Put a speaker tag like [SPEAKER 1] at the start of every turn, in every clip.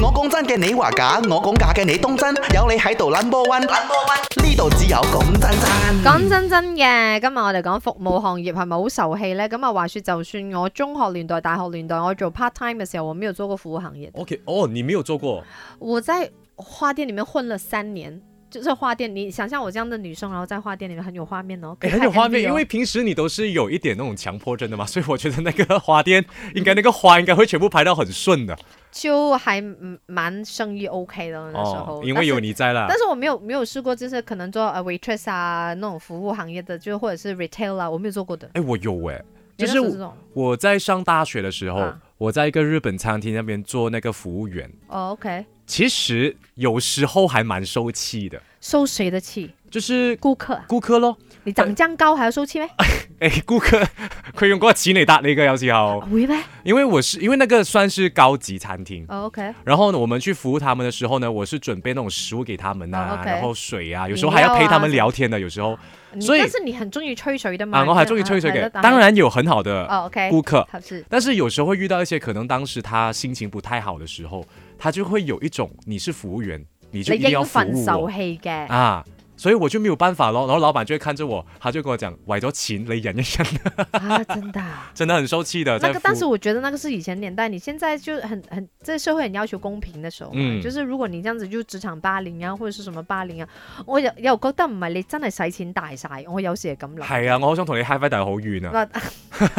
[SPEAKER 1] 我講真嘅你話假，我講假嘅你當真，有你喺度 number one，number one 呢度只有講真真。
[SPEAKER 2] 講真真嘅，今日我哋講服務行業係咪好受氣呢？咁啊，話說就算我中學年代、大學年代，我做 part time 嘅時候，我沒有做過服務行業。
[SPEAKER 3] OK，哦，你没有 做过，
[SPEAKER 2] 我在花店裡面混了三年，就是花店，你想象我這樣的女生，然後在花店裡面很有畫面哦，可
[SPEAKER 3] 哎，
[SPEAKER 2] 以
[SPEAKER 3] 很有
[SPEAKER 2] 拍
[SPEAKER 3] 画面，
[SPEAKER 2] MV 哦
[SPEAKER 3] 因为平时你都是有一点那种强迫症的嘛， 所以我觉得那个花店应该那个花应该会全部排到很 顺的
[SPEAKER 2] 就還嗯蠻生意 OK 的那時候，
[SPEAKER 3] 哦，因为有
[SPEAKER 2] 但是。
[SPEAKER 3] 你在啦
[SPEAKER 2] 但。是我没有没有試過，就是可能做呃 waitress 啊那種服務行業的，就或者是 retail 啊，我沒有做過的。
[SPEAKER 3] 哎，我有哎，就
[SPEAKER 2] 你
[SPEAKER 3] 是
[SPEAKER 2] 那時候這種
[SPEAKER 3] 我在上大学的时候，
[SPEAKER 2] 啊
[SPEAKER 3] 我在一个日本餐厅那边做那个服务员，
[SPEAKER 2] 哦，OK，
[SPEAKER 3] 其实有时候还蛮受气的，
[SPEAKER 2] 收誰的氣？
[SPEAKER 3] 就是
[SPEAKER 2] 顧客啊，
[SPEAKER 3] 顾客咯，
[SPEAKER 2] 你長這樣高還要收氣咩？
[SPEAKER 3] 哎， 顾客佢用嗰個錢嚟答你嘅有時候，
[SPEAKER 2] 會咩？
[SPEAKER 3] 因為我是因為那個算是高級餐廳。
[SPEAKER 2] 哦，OK。
[SPEAKER 3] 然后呢，我们去服务他们的时候呢，我是准备那种食物给他们
[SPEAKER 2] 哦
[SPEAKER 3] 啊，
[SPEAKER 2] ，OK
[SPEAKER 3] 然后水啊，有时候还要陪他们聊天的，有时候
[SPEAKER 2] 你
[SPEAKER 3] 所以
[SPEAKER 2] 但是你很中意吹水的嘛？
[SPEAKER 3] 啊，我还中意吹水
[SPEAKER 2] 啊
[SPEAKER 3] 给，
[SPEAKER 2] 係咯
[SPEAKER 3] 当然有啊很好的
[SPEAKER 2] 哦，OK，
[SPEAKER 3] 顾客，
[SPEAKER 2] 合適
[SPEAKER 3] 但是有时候会遇到一些可能当时他心情不太好的时候，他就会有一种你是服务员，你就
[SPEAKER 2] 你
[SPEAKER 3] 一定要
[SPEAKER 2] 應
[SPEAKER 3] 服
[SPEAKER 2] 份
[SPEAKER 3] 务
[SPEAKER 2] 受
[SPEAKER 3] 我
[SPEAKER 2] 氣 嘅，
[SPEAKER 3] 啊，所以我就没有办法咯。然后老板就会看着我，他就跟我讲，为咗钱你忍一忍，
[SPEAKER 2] 啊，真的啊。
[SPEAKER 3] 真的很受气的。
[SPEAKER 2] 那
[SPEAKER 3] 在
[SPEAKER 2] 个，
[SPEAKER 3] 服
[SPEAKER 2] 但是我觉得那个是以前年代，你现在就很很，这社会很要求公平的时候嘛，啊
[SPEAKER 3] 嗯
[SPEAKER 2] 就是如果你这样子就职场霸凌啊，或者是什么霸凌啊，我又又覺得唔係你真係使錢大晒，我有時係咁 諗。
[SPEAKER 3] 系啊，我好想同你 high five，但系好远啊。
[SPEAKER 2] 那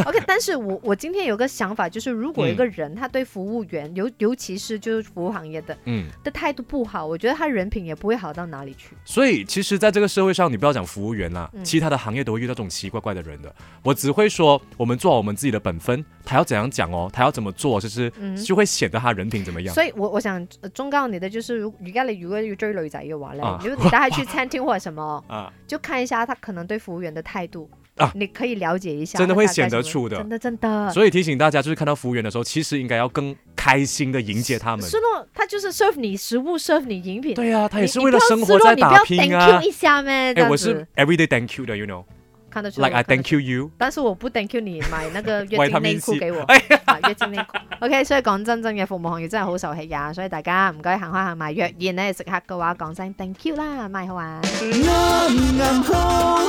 [SPEAKER 2] OK，但是我我今天有个想法，就是如果一个人他对服务员，尤尤其是就是服务行业的
[SPEAKER 3] 嗯，
[SPEAKER 2] 的态度不好，我觉得他人品也不会好到哪里去。
[SPEAKER 3] 所以其实，在这个社会上，你不要讲服务员啦，
[SPEAKER 2] 嗯
[SPEAKER 3] 其他的行业都会遇到这种奇怪怪的人的。我只会说，我们做好我们自己的本分，他要怎样讲哦，他要怎么做，就是、
[SPEAKER 2] 嗯
[SPEAKER 3] 就会显得他人品怎么样。
[SPEAKER 2] 所以我我想呃忠告你的就是，如而家你如果要追女仔嘅話咧，
[SPEAKER 3] 啊
[SPEAKER 2] 如果你帶她去餐廳或者什麼，
[SPEAKER 3] 啊，
[SPEAKER 2] 就看一下她可能對服務員的態度，
[SPEAKER 3] 啊
[SPEAKER 2] 你可以了解一下，
[SPEAKER 3] 真的
[SPEAKER 2] 她
[SPEAKER 3] 會
[SPEAKER 2] 大概
[SPEAKER 3] 顯得
[SPEAKER 2] 什麼
[SPEAKER 3] 出的
[SPEAKER 2] 真的真的。
[SPEAKER 3] 所以提醒大家，就是看到服务员的时候，其实应该要更开心的迎接他们。
[SPEAKER 2] 是咯，他就是 serve 你食物，serve 你饮品。
[SPEAKER 3] 对呀、他
[SPEAKER 2] 你
[SPEAKER 3] 也是为了
[SPEAKER 2] 你不要
[SPEAKER 3] 生
[SPEAKER 2] 失
[SPEAKER 3] 活
[SPEAKER 2] 落
[SPEAKER 3] 在打
[SPEAKER 2] 你
[SPEAKER 3] 拼
[SPEAKER 2] 不要 thank
[SPEAKER 3] 啊
[SPEAKER 2] you。一下咩？这
[SPEAKER 3] 哎，
[SPEAKER 2] 样
[SPEAKER 3] 我
[SPEAKER 2] 子
[SPEAKER 3] 是 everyday thank you 的，you know，like
[SPEAKER 2] 看得出我
[SPEAKER 3] I
[SPEAKER 2] 看得出
[SPEAKER 3] thank you you。
[SPEAKER 2] 但是我不 thank you 你買那個月
[SPEAKER 3] 維他
[SPEAKER 2] 經
[SPEAKER 3] 命
[SPEAKER 2] 內褲
[SPEAKER 3] C
[SPEAKER 2] 給我，啊月經內褲。OK，所以講真真嘅服務行業真係好受氣㗎，所以大家唔該行開行埋。若然咧食客嘅話，講聲 thank you 啦，咪好啊。
[SPEAKER 4] 啱啱好，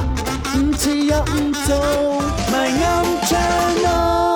[SPEAKER 4] 唔似又唔做，咪啱 channel。